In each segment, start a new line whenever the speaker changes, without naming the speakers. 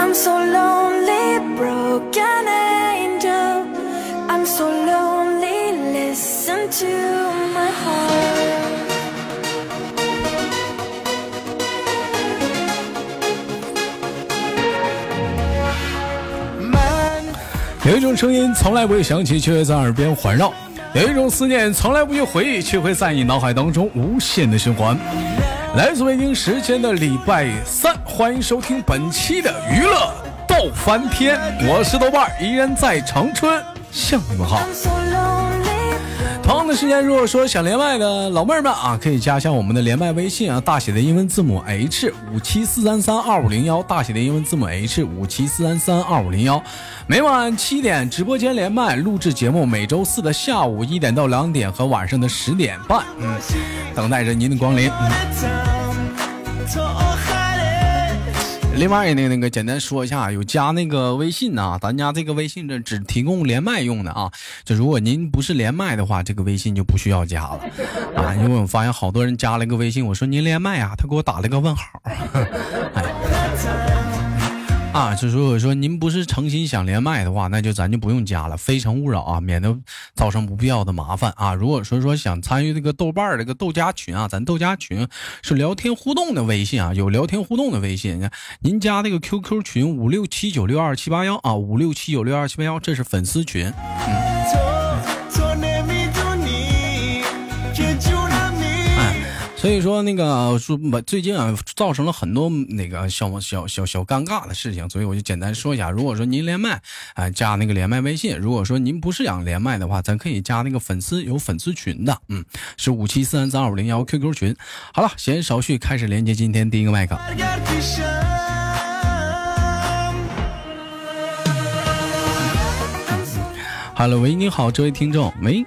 I'm so lonely, broken angel. I'm so lonely, listen to my heart.
Man
有一种声音从来不会响起，却会在耳边环绕；有一种思念从来不去回忆，却会在你脑海当中无限的循环。来自北京时间的礼拜三，欢迎收听本期的娱乐逗翻天，我是豆瓣儿，依然在长春向你们好。
I'm so lonely.
同样的时间，如果说想连麦的老妹儿们啊，可以加一下我们的连麦微信啊，大写的英文字母 H 五七四三三二五零幺，大写的英文字母 H 五七四三三二五零幺。每晚七点直播间连麦录制节目，每周四的下午一点到两点和晚上的十点半，嗯，等待着您的光临。另外那个那个简单说一下，有加那个微信呐、咱家这个微信这只提供连麦用的啊。就如果您不是连麦的话，这个微信就不需要加了啊。因为我发现好多人加了个微信，我说您连麦啊，他给我打了个问号。啊，就如果说您不是诚心想连麦的话，那就咱就不用加了，非诚勿扰啊，免得造成不必要的麻烦啊。如果说说想参与这个豆瓣儿这个豆家群啊，咱豆家群是聊天互动的微信啊，有聊天互动的微信，您加那个 QQ 群五六七九六二七八幺啊，五六七九六二七八幺，这是粉丝群。所以说那个说最近啊，造成了很多那个小小小小尴尬的事情，所以我就简单说一下。如果说您连麦，啊、加那个连麦微信；如果说您不是想连麦的话，咱可以加那个粉丝有粉丝群的，嗯，是五七四三三二五零幺 QQ 群。好了，闲言少叙，开始连接今天第一个麦克。Hello，喂，你好，这位听众，喂，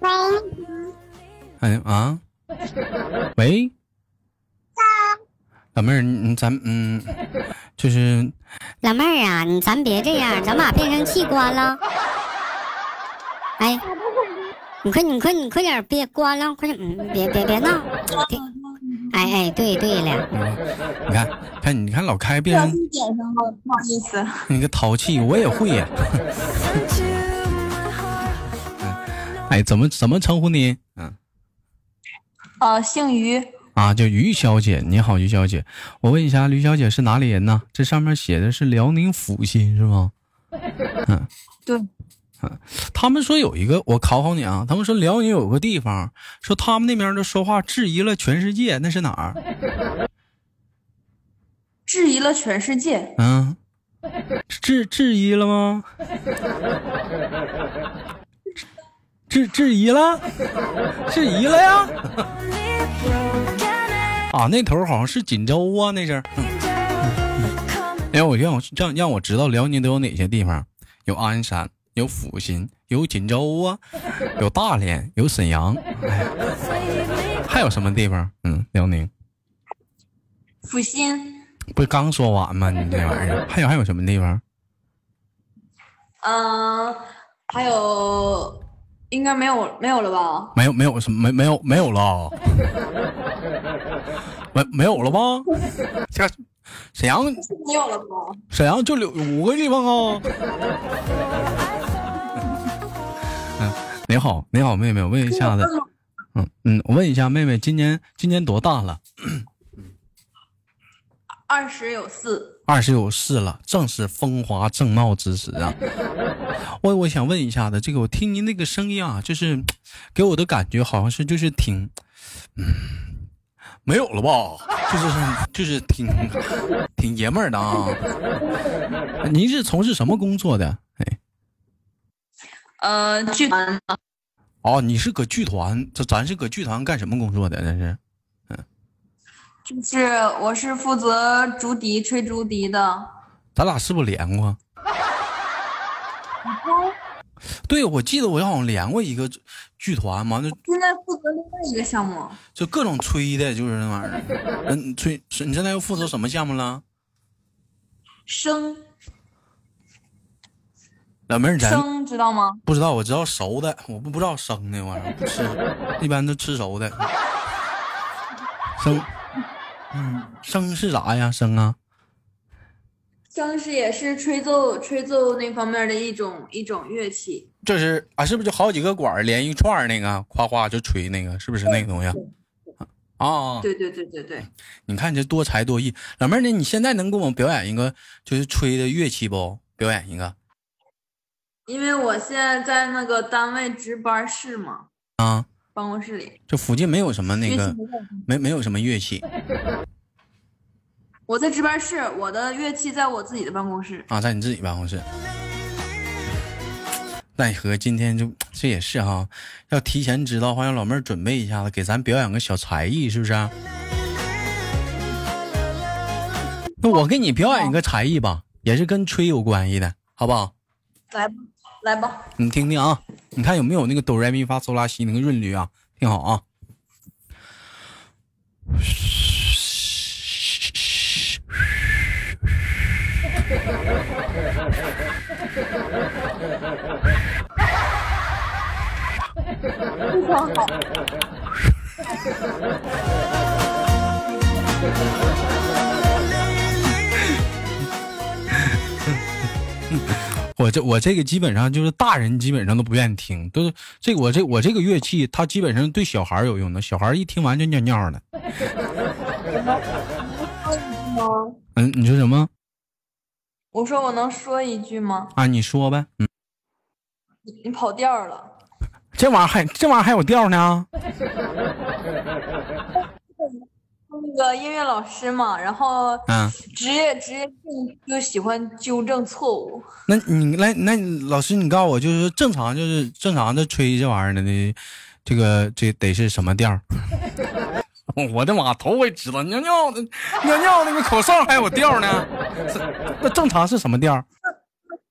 喂，
哎啊，喂，老妹儿，你咱嗯，就是
老妹儿啊，你咱别这样，咱把变声器关了。哎，你快，你快，你快点，别关了，快点，嗯，别别别闹。对哎哎，对对了，
嗯你看，看你看老开变成
点上了，不好意思。
你个淘气，我也会呀、
Listen to my heart.
哎，怎么怎么称呼你？嗯
呃，姓于，
啊，叫于小姐。你好，于小姐，我问一下，于小姐是哪里人呢？这上面写的是辽宁阜新是吗？
对，
他们说有一个，我考考你啊，他们说辽宁有个地方，说他们那边的说话质疑了全世界，那是哪儿？
质疑了全世界。
嗯，质质疑了吗？ 质质疑了，质疑了呀！啊，那头好像是锦州啊，那阵。让我让我让让我知道辽宁都有哪些地方，有鞍山，有阜新，有锦州啊，有大连，有沈阳，哎，还有什么地方？嗯，辽宁
阜新，
不是刚说完吗？你这玩意儿，还有还有什么地方？
嗯、还有，应该没有没有了吧？
没有没有什么没没有没有了， 没没有了吧？这沈阳
是没有了吧？
沈阳就六五个地方啊。嗯，你好你好妹妹，我问一下子，嗯嗯，我问一下妹妹，今年今年多大了？
二十有四，
二十有四了，正是风华正茂之时啊！ 我我想问一下子，这个我听您那个声音啊，就是给我的感觉好像是就是挺，嗯，没有了吧？就是就是挺挺爷们儿的啊！您是从事什么工作的？哎，
呃，剧团的
哦，你是搁剧团，这咱是搁剧团干什么工作的？这是
就是我是负责竹笛吹竹笛的。
咱俩是不是连过？对，我记得我好像连过一个剧团嘛，那
现在负责另外一个项目，
就各种吹的，就是那玩意 儿。嗯，吹，是你现在又负责什么项目了？
笙
老妹儿，咱
笙知道吗？
不知道，我知道熟的，我不不知道生的玩意儿，不吃，一般都吃熟的。生，嗯，生是啥呀？生啊，
筝是也是吹奏吹奏那方面的一种一种乐器。
这是啊，是不是就好几个管儿连一串儿那个，夸夸就吹那个，是不是那个东西？啊，
对对对对对，
你看这多才多艺，老妹儿呢？你现在能给我们表演一个就是吹的乐器不？表演一个
因为我现在在那个单位值班室嘛，
啊？
办公室里。
这附近没有什么那
乐
个
器，不够
没没有什么乐器
我在值班室，我的乐器在我自己的办公室。
啊，在你自己办公室。奈何今天就这也是哈，要提前知道的话，让老妹儿准备一下子，给咱表演个小才艺，是不是啊、那我给你表演一个才艺吧，也是跟吹有关系的，好不好？
来吧，来吧，
你听听啊，你看有没有那个哆来咪发嗦拉西那个韵律啊？听好啊。
非常好。
我这我这个基本上就是大人基本上都不愿意听，都是这我这我这个乐器，它基本上对小孩儿有用的，小孩儿一听完就尿尿的。嗯，你说什么
我说我能说一句吗？
啊？你说呗。嗯，
你跑调了。
这玩意儿还这玩意儿还有调呢。
那个音乐老师嘛，然后
嗯，
职业职业病就喜欢纠正错误。
那你来，那你老师你告诉我，就是正常就是正常的吹这玩意儿的那这个这得是什么调儿？ 我的妈，头回知道尿尿的尿尿那个口哨还有调呢，这那正常是什么调儿？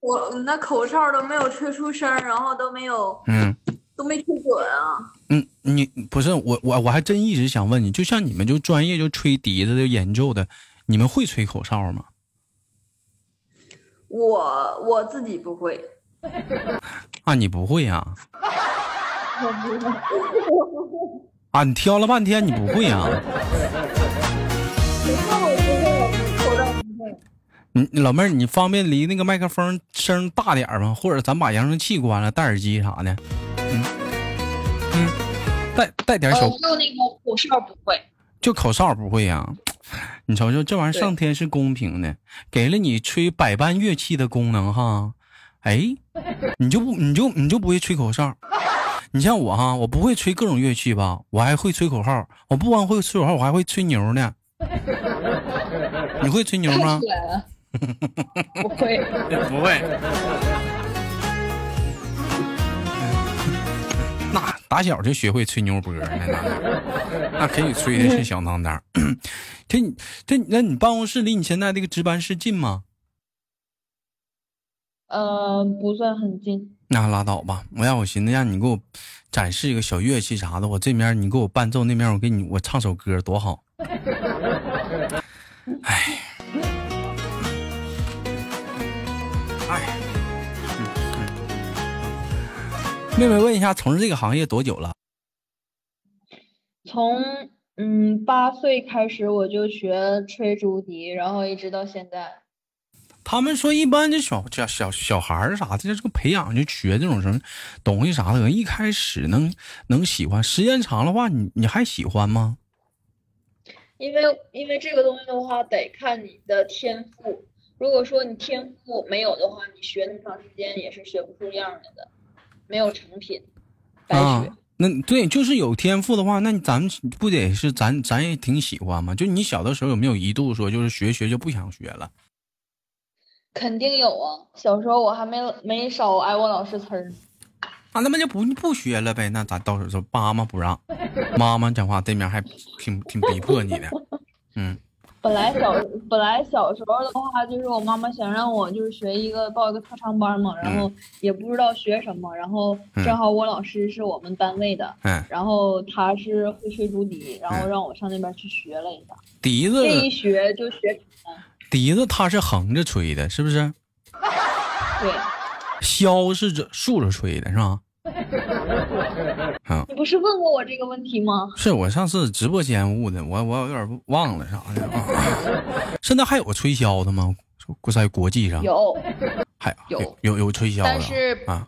我那口哨都没有吹出声儿，然后都没有
嗯。
都没吹准啊。
嗯，你不是我，我我还真一直想问你，就像你们就专业就吹笛子的演奏的，你们会吹口哨吗？
我我自己不会，
啊，你不会呀、啊？你挑了半天你不会呀、 你你老妹儿，你方便离那个麦克风声大点儿吗？或者咱把扬声器关了，戴耳机啥的。嗯嗯，带带点小
就哦那个口哨不会。
就口哨不会呀、啊你瞅瞅，这玩意儿上天是公平的，给了你吹百般乐器的功能哈。哎，你就不你就你就不会吹口哨？你像我哈，我不会吹各种乐器吧，我还会吹口号。我不光会吹口号，我还会吹牛呢。你会吹牛吗？
来了，不会。
不会。 那打小就学会吹牛波呢，那那可以吹的是响当当。 这你这你那你办公室离你现在这个值班室近吗？
呃，不算很近。
那拉倒吧，我让我寻思让你给我展示一个小乐器啥的，我这面你给我伴奏，那面我给你我唱首歌多好。哎，哎，嗯嗯妹妹问一下，从事这个行业多久了？
从嗯八岁开始我就学吹竹笛，然后一直到现在。
他们说一般这小小小小孩儿啥的，这个培养就学这种什么东西啥的，可能一开始能能喜欢，时间长的话，你你还喜欢吗？
因为因为这个东西的话，得看你的天赋。如果说你天赋没有的话，你学那么长时间也是学不出样来的，没有成品，白
啊
学。，
那对，就是有天赋的话，那咱们不得是咱咱也挺喜欢吗？就你小的时候有没有一度说就是学学就不想学了？
肯定有啊，小时候我还没没少挨过老师呲儿呢。
啊那他妈就不不学了呗？那咱到时候说妈妈不让，妈妈讲话对面还挺挺逼迫你的，嗯
本来 小本来小时候的话，就是我妈妈想让我就是学一个报一个特长班嘛，然
嗯
后也不知道学什么，然后正好我老师是我们单位的，
嗯，
然后他是会吹竹笛，然后
嗯
让我上那边去学了一下，
笛子
这一学就学成了。
笛子它是横着吹的，是不是？
对，
箫是这竖着吹的，是吧？
你不是问过我这个问题吗？
是我上次直 播间悟的，我我有点忘了啥的啊。现在还有吹箫的吗？在国际上
有，
还
有
有有推销的啊，
但是
啊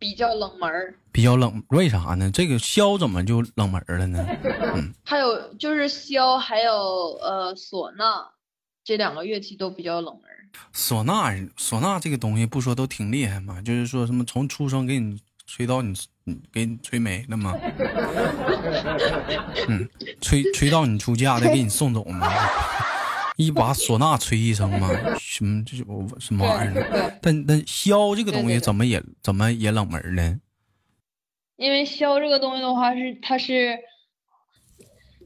比较冷门儿。
比较冷，为啥呢？这个销怎么就冷门了 呢？
还有就是箫，还有呃唢呐，这两个乐器都比较冷门儿。
唢呐，唢呐这个东西不说都挺厉害吗？就是说什么从出生给你吹到你，嗯给你吹没了吗？嗯，吹吹到你出嫁再给你送走吗？ 一把唢呐吹一声吗？什么这我什么玩意儿呢？
对，
但但箫这个东西
对对对
怎么也怎么也冷门呢？
因为箫这个东西的话是它是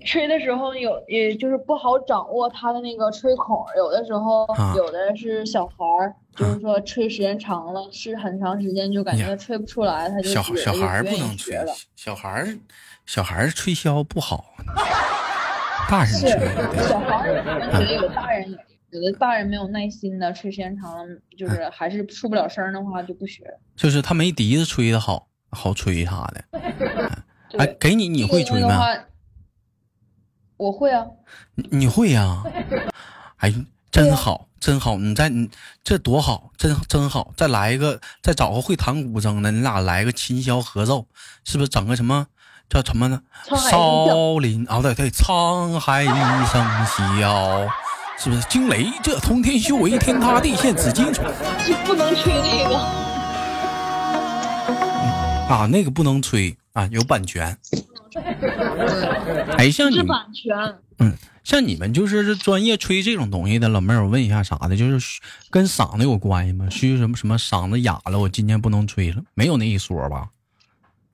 吹的时候有，也就是不好掌握它的那个吹孔，有的时候、
啊
有的是小孩儿，就
啊
是说吹时间长了，是很长时间就感
呀
觉吹不出来，他就
小
学
小孩儿
就
不
愿意
能
学
吹
了。，
小孩儿小孩儿吹箫不好，大人
是
吹对
小孩儿，我觉得有大人有，有的大人没有耐心的，吹时间长了，
哎
就是还是出不了声儿的话就不学。
就是他没笛子吹的好，好吹啥的。
对
哎，给你你会
这个
吹
东西的
吗？
话，我会啊，
你你会呀、哎，真好，真好！你再你这多好，真真好！再来一个，再找个会弹古筝的，你俩来个琴箫合奏，是不是整个什么叫什么呢？
沧海一声笑
少林啊，对对，沧海一声笑，是不是惊雷？这通天修为，天塌地陷，紫金锤
就不能吹那 个。
啊，那个不能吹啊，有版 权。哎，像你
是
们
版权，
嗯，像你们就是这专业吹这种东西的，老妹儿，我问一下啥的，就是嘘跟嗓子有关系吗？虚什么什么嗓子哑了，我今年不能吹了，没有那一说吧？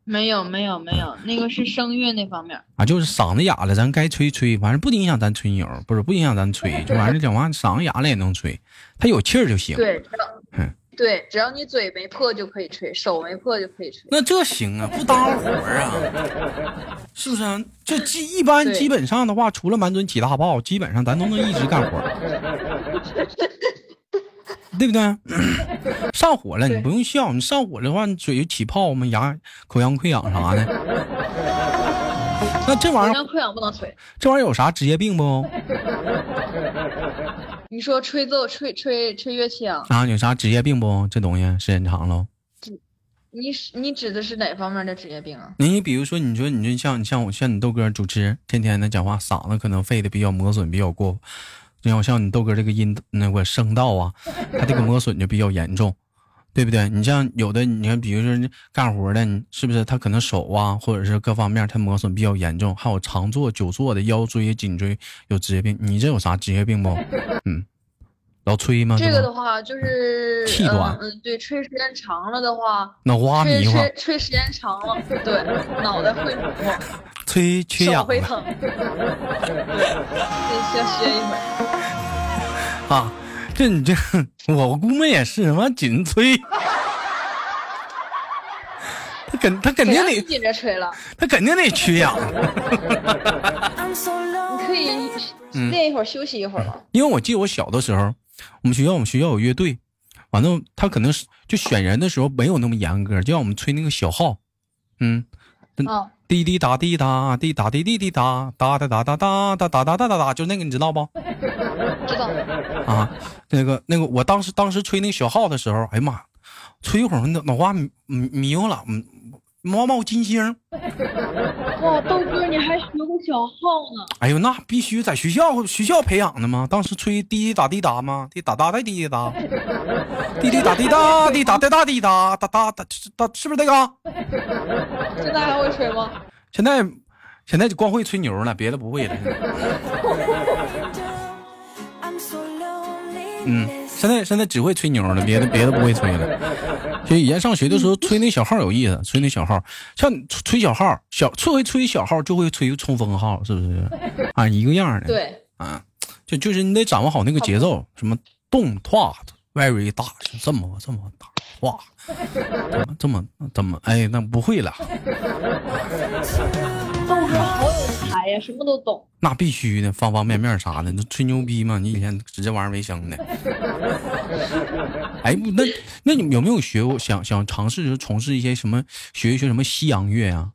没有没有没有，那个是声乐那方面。
啊，就是嗓子哑了，咱该吹吹，反正不影响咱吹牛，不是不影响咱吹，就完了，讲完嗓子哑了也能吹，他有气儿就行。，
对，只要
嗯
对，只要你嘴没破就可以吹，手没破就可以吹。
那这行 啊，不耽误活儿啊，是不是啊？这基一般
对
基本上的话，除了满嘴起大泡，基本上咱都能一直干活 儿，对不对？上火了你
对
不用笑，你上火的话，你嘴起泡嘛，牙口腔溃疡啥 的。那这玩
人
意儿，
家溃疡不能吹。
这玩意儿有啥职业病不？
你说吹奏吹吹吹乐器啊？
啊，有啥职业病不？这东西时间长了。
你是你指的是哪方面的职业病啊？
你比如说，你说你就像像我像你豆哥主持，天天的讲话，嗓子可能费的比较磨损比较过，然后像你豆哥这个音那个声道啊，他这个磨损就比较严重，对不对？你像有的，你看比如说干活的，你是不是他可能手啊，或者是各方面他磨损比较严重，还有常坐、久坐的腰椎、颈椎有职业病，你这有啥职业病不？嗯，老吹吗？
这个
是
的
吗
话就是，
啊气短
嗯嗯，对，吹时间长了的话，
脑瓜
吹
迷糊，
吹吹时间长了，对，脑袋会 迷糊，
吹缺
手
氧
会
了。
疼，对，得需要歇一会儿。
啊，这你这我估摸也是，完紧催。他肯他肯
谁
定
让你
得
紧着吹了？
他肯定得缺氧，
I'm so
你可
lonely.
以
嗯
练一会儿，休息一会儿嘛。
因为我记得我小的时候，我们学校我们学校有乐队，完了他可能是就选人的时候没有那么严格，就让我们吹那个小号，嗯，
嗯，
滴滴答滴答滴答滴滴滴答哒哒哒哒哒哒哒哒哒哒哒，就那个你知道不？
知道。
啊，那个那个，我当时当时吹那个小号的时候，哎呀妈，吹一会儿脑脑瓜迷迷迷糊了，嗯，毛冒金星儿。
哇，豆哥，你还学过小号呢？
哎呦，那必须在学校学校培养的吗？当时吹滴滴答滴答吗？滴答答带滴滴答，滴滴答滴答滴答滴答滴答哒哒哒哒，是不是这个？啊
现在还会吹吗？
现在现在就光会吹牛了，别的不会了。
I'm so lonely.
嗯，现在现在只会吹牛了，别的别的不会吹了。就以前上学的时候吹那小号有意思，吹那小号，像你吹吹小号，小吹会吹小号就会吹冲锋号，是不是？啊，一个样儿的。
对，
啊，就就是你得掌握好那个节奏，什么动画 very 大，就这么这么大，哇，怎么这么怎么哎，那不会了，
哎呀，什么都懂。
那必须的，方方面面啥的，那吹牛逼嘛，你以前指这玩意儿为生的。哎，不那那你有没有学过啊想想尝试着从事一些什么学一学什么西洋乐呀、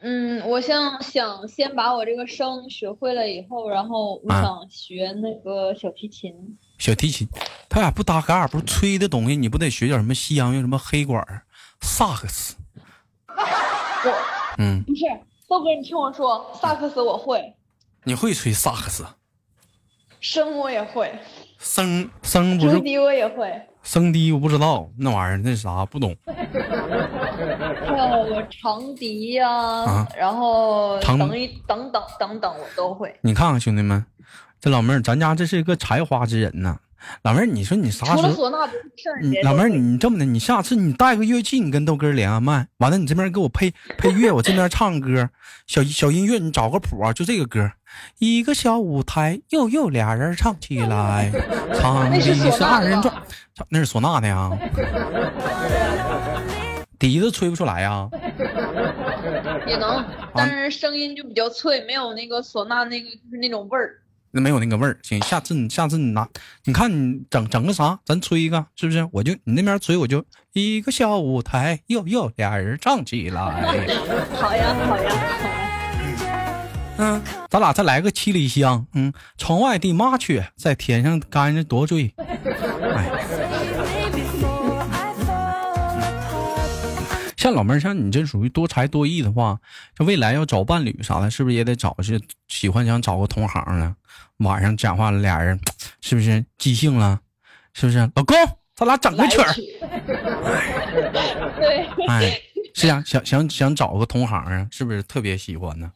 嗯，我想想先把我这个声学会了以后，然后我
啊
想学那个小提琴。
小提琴，他俩不搭嘎，不是吹的东西，你不得学点什么西洋乐、什么黑管儿、萨克斯？嗯，
不是，豆哥，你听我说，萨克斯我会，
你会吹萨克斯？
笙我也会，
声声不
竹
是
笛我也会，
声低，我不知道那玩意儿那啥不懂。
还有长笛呀、
啊
然后
长
等一等等等等，我都会。
你看看兄弟们，这老妹儿，咱家这是一个才华之人呐。老妹儿，你说你啥
除
时
了
候？
唢呐，别的事儿
你
别
老
的
妹儿，你这么的，你下次你带个乐器，你跟豆哥连个麦，完了你这边给我配配乐，我这边唱歌，小小音乐，你找个谱啊，就这个歌，一个小舞台，又又俩人唱起来，场地
那是唢呐
是二人
的
转，唱那是唢呐的 呀，笛子吹不出来呀，
也能，
啊
但是声音就比较脆，没有那个唢呐那个就是那种味儿。
那没有那个味儿。行，下次你下次你拿，你看你整整个啥，咱吹一个，是不是？我就你那边吹，我就一个小舞台，又又俩人唱起来。
好呀，好呀，好呀。
嗯，咱俩再来个七里香。嗯，城外的麻雀在天上干着多醉。哎，像老妹儿，像你这属于多才多艺的话，这未来要找伴侣啥的，是不是也得找是喜欢想找个同行的？晚上讲话了，俩人是不是即兴了？是不是？老公，咱俩整个曲儿。
对，
哎，是呀，想想想找个同行啊，是不是特别喜欢呢？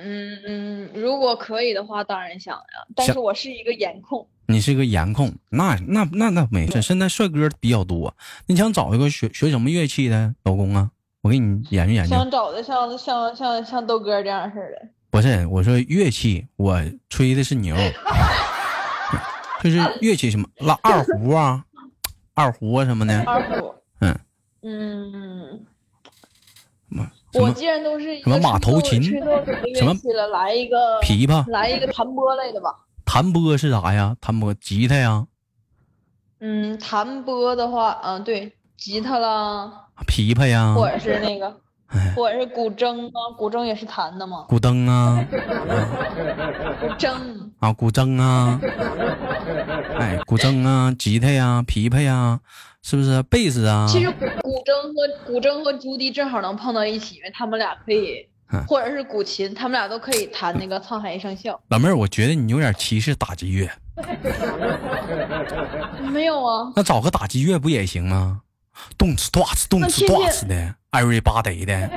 嗯嗯，如果可以的话，当然想呀。但
想
是我是一个颜控，
你是个颜控，那那那那没事。现在帅哥比较多，你想找一个学学什么乐器的老公啊？我给你研究研究。
想找的像像像像豆哥这样似的。
不是，我说乐器，我吹的是 牛，就是乐器什么拉二胡 啊，二胡啊什么的，
二虎，
嗯，
嗯，
什么
我既然都是一
什么
个
马头琴
吹奏的乐
什么
器了，来一个
琵琶、
来一个弹拨类的吧。
弹拨是啥呀？弹拨吉他呀，
嗯，弹拨的话，嗯，对，吉他啦，
琵琶呀，
或者是那个，
哎，
或者是古筝啊，古筝也是弹的嘛，
古筝 啊，
古筝。
啊，古筝 啊，哎，古筝啊，吉他呀，琵琶呀，是不是？贝斯啊，
其实古筝和古筝和竹笛正好能碰到一起，因为他们俩可以
嗯，
或者是古琴，他们俩都可以弹那个《沧海一声笑
老妹儿，我觉得你有点歧视打击乐，》。
没有啊，
那找个打击乐不也行吗？动次打次，动
那
次
天
打
天
次的，everybody 的，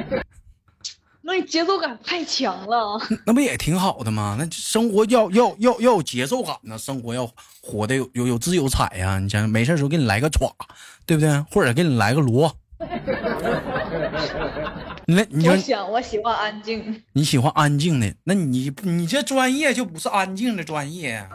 那你节奏感太强了。
那不也挺好的吗？那生活要要要要有节奏感呢，生活要活得有有有滋有彩呀、你想没事的时候给你来个歘，对不对？或者给你来个锣。那你说
我想，我喜欢安静。
你喜欢安静的，那你你这专业就不是安静的专业啊。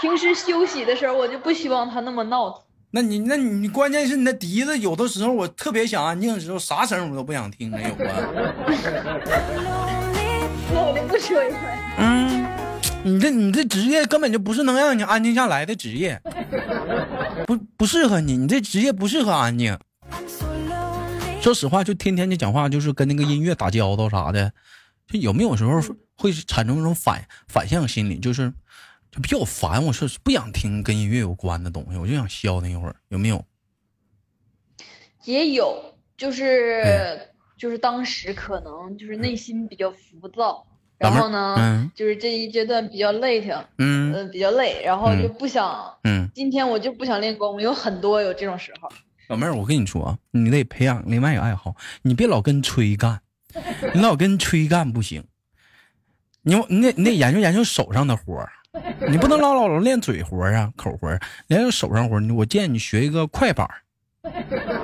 平时休息的时候，我就不希望他那么闹腾。
那你那你关键是你那笛子，有的时候我特别想安静的时候，啥声儿我都不想听了，有啊。
那 我就不说一回。
嗯，你这你这职业根本就不是能让你安静下来的职业，不不适合你，你这职业不适合安静。说实话，就天天就讲话，就是跟那个音乐打交道啥的，就有没有时候会产生一种反反向心理，就是就比较烦，我是不想听跟音乐有关的东西，我就想消停一会儿，有没有？
也有，就是、
嗯
就是当时可能就是内心比较浮躁，
老
然
妹儿
后呢，
嗯
就是这一阶段比较累挺，嗯、
嗯
比较累，然后
嗯
就不想。
嗯。
今天我就不想练功，有很多有这种时候。
老妹儿，我跟你说啊，你得培养另外一个爱好，你别老跟吹干，你老跟吹干不行。你你得你得研究研究手上的活儿，你不能老老老练嘴活儿啊、口活儿，研究手上活儿。你我建议你学一个快板儿，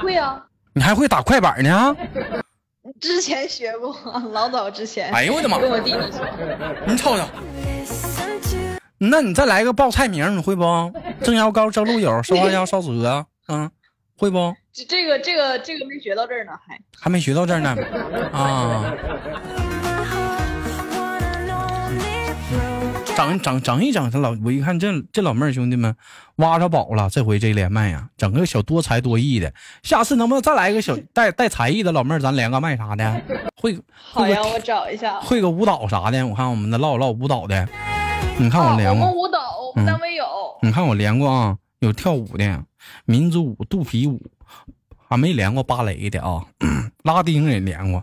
会啊，
你还会打快板呢？啊
之前学过，老早之前。
哎呦我的妈
跟我弟弟学。
你瞅瞅，那你再来个报菜名儿，你会不？蒸羊羔、蒸鹿友、烧花腰、烧鹅，嗯，会不？
这这个这个这个没学到这儿呢，还。
还没学到这儿呢，啊。整整整一整，这老我一看这这老妹儿，兄弟们挖着宝了，这回这连麦呀、整个小多才多艺的，下次能不能再来一个小带带才艺的老妹儿，咱连个麦啥的，会
好
会
呀，
个
我找一下。啊
会个舞蹈啥的，我看我们的唠唠舞蹈的，你看我嗯
哦
连过，
们舞蹈，我们单位有。
你看我连过啊，有跳舞的，民族舞、肚皮舞，啊，没连过芭蕾的啊，拉丁也连过，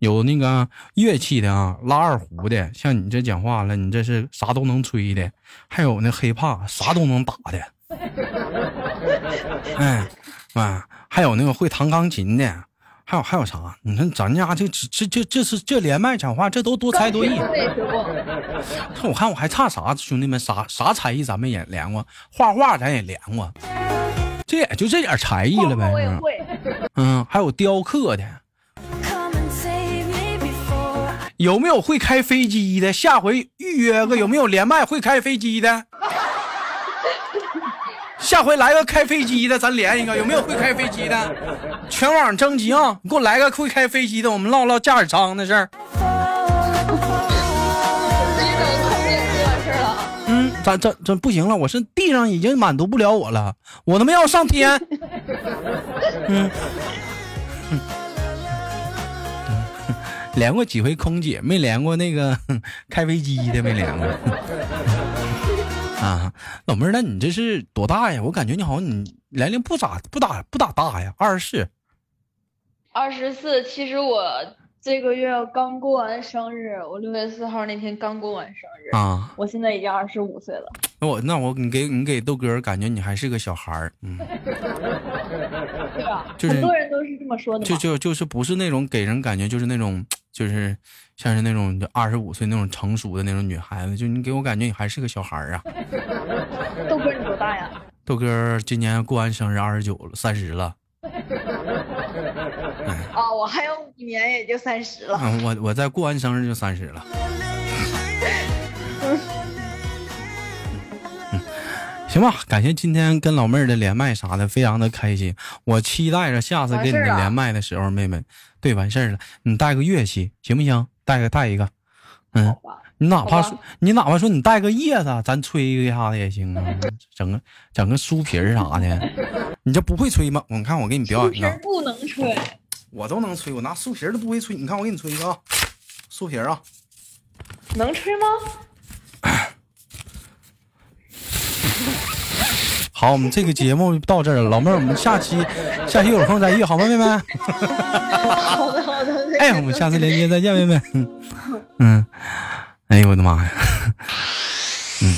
有那个乐器的啊，拉二胡的，像你这讲话了，你这是啥都能吹的，还有那黑怕啥都能打的，哎，啊，还有那个会弹钢琴的。还有还有啥？你看咱家这这这这是这连麦讲话，这都多才多艺。
我也学过，
看我看我还差啥？兄弟们，啥啥才艺咱们也连过，画画咱也连过，这也就这点才艺了呗
画画。我也
嗯
会。
嗯，还有雕刻的，
Come and save me before I
有没有会开飞机的？下回预约个有没有连麦会开飞机 的？下回来个开飞机的，咱连一个，有没有会开飞机的？全网征集啊！你给我来个会开飞机的，我们唠唠驾驶舱的事儿。
fall.
自己整个空也出完事儿了。
嗯，咱这这不行了，我是地上已经满足不了我了，我他妈要上天。 嗯，连过几回空姐，没连过那个哼开飞机的，没连过。啊，老妹儿，那你这是多大呀？我感觉你好像你年龄不咋不咋不咋大呀，二十四。
二十四，其实我这个月刚过完生日，我六月四号那天刚过完生日。
啊，
我现在已经二十五岁了，
那我那我你给你给豆哥感觉你还是个小孩儿，嗯，
对吧？
就是
很多人都是这么说的
就
嘛。
就就是不是那种给人感觉就是那种就是像是那种就二十五岁那种成熟的那种女孩子，就你给我感觉你还是个小孩儿啊。
豆哥，你多大呀？
豆哥儿今年过完生日二十九了，三十了。
啊，我还有五年，也就三十了。
嗯，我我在过完生日就三十了。嗯行吧，感谢今天跟老妹儿的连麦啥的，非常的开心。我期待着下次跟你
完事儿了
连麦的时候，妹妹，对，完事儿了，你带个乐器行不行？带个带一个，嗯，你哪怕
好吧
说你哪怕说你带个叶子，咱吹一下子也行啊，整个整个书皮儿啥的，你这不会吹吗？我看我给你表演
主
一
持
个。
人不能吹，
我都能吹，我拿树皮儿都不会吹。你看我给你吹一个啊，树皮儿啊，
能吹吗？
好，我们这个节目到这儿了，老妹儿，我们下 期下期有空再遇，好吗，妹妹？
好的，好的。
哎，我们下次连接再见，妹妹。嗯嗯，哎呦我的妈呀！嗯，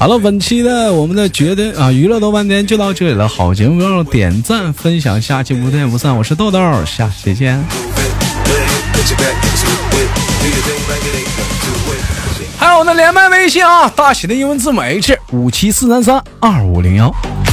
好了，本期的我们的绝对啊娱乐豆瓣天就到这里了，好节目不要点赞分享，下期不见不散。我是豆豆，下期见。
Put your back into it. Do your thing like it ain't nothing to it.
还有我们的连麦微信啊，大写的英文字母 H 五七四三三二五零幺。